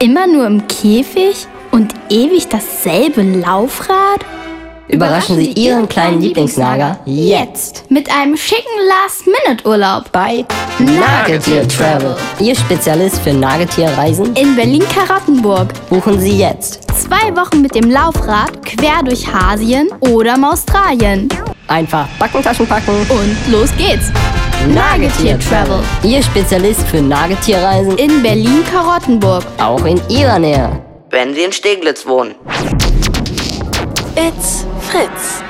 immer nur im Käfig und ewig dasselbe Laufrad? Überraschen Sie Ihren kleinen Lieblingsnager jetzt Mit einem schicken Last-Minute-Urlaub bei Nagetier Travel. Ihr Spezialist für Nagetierreisen in Berlin-Karottenburg. buchen Sie jetzt Zwei Wochen mit dem Laufrad quer durch Asien oder Australien. einfach Backentaschen packen. Und los geht's! Nagetier Travel. Ihr Spezialist für Nagetierreisen In Berlin-Karottenburg. auch in Ihrer Nähe. wenn Sie in Steglitz wohnen. It's Fritz.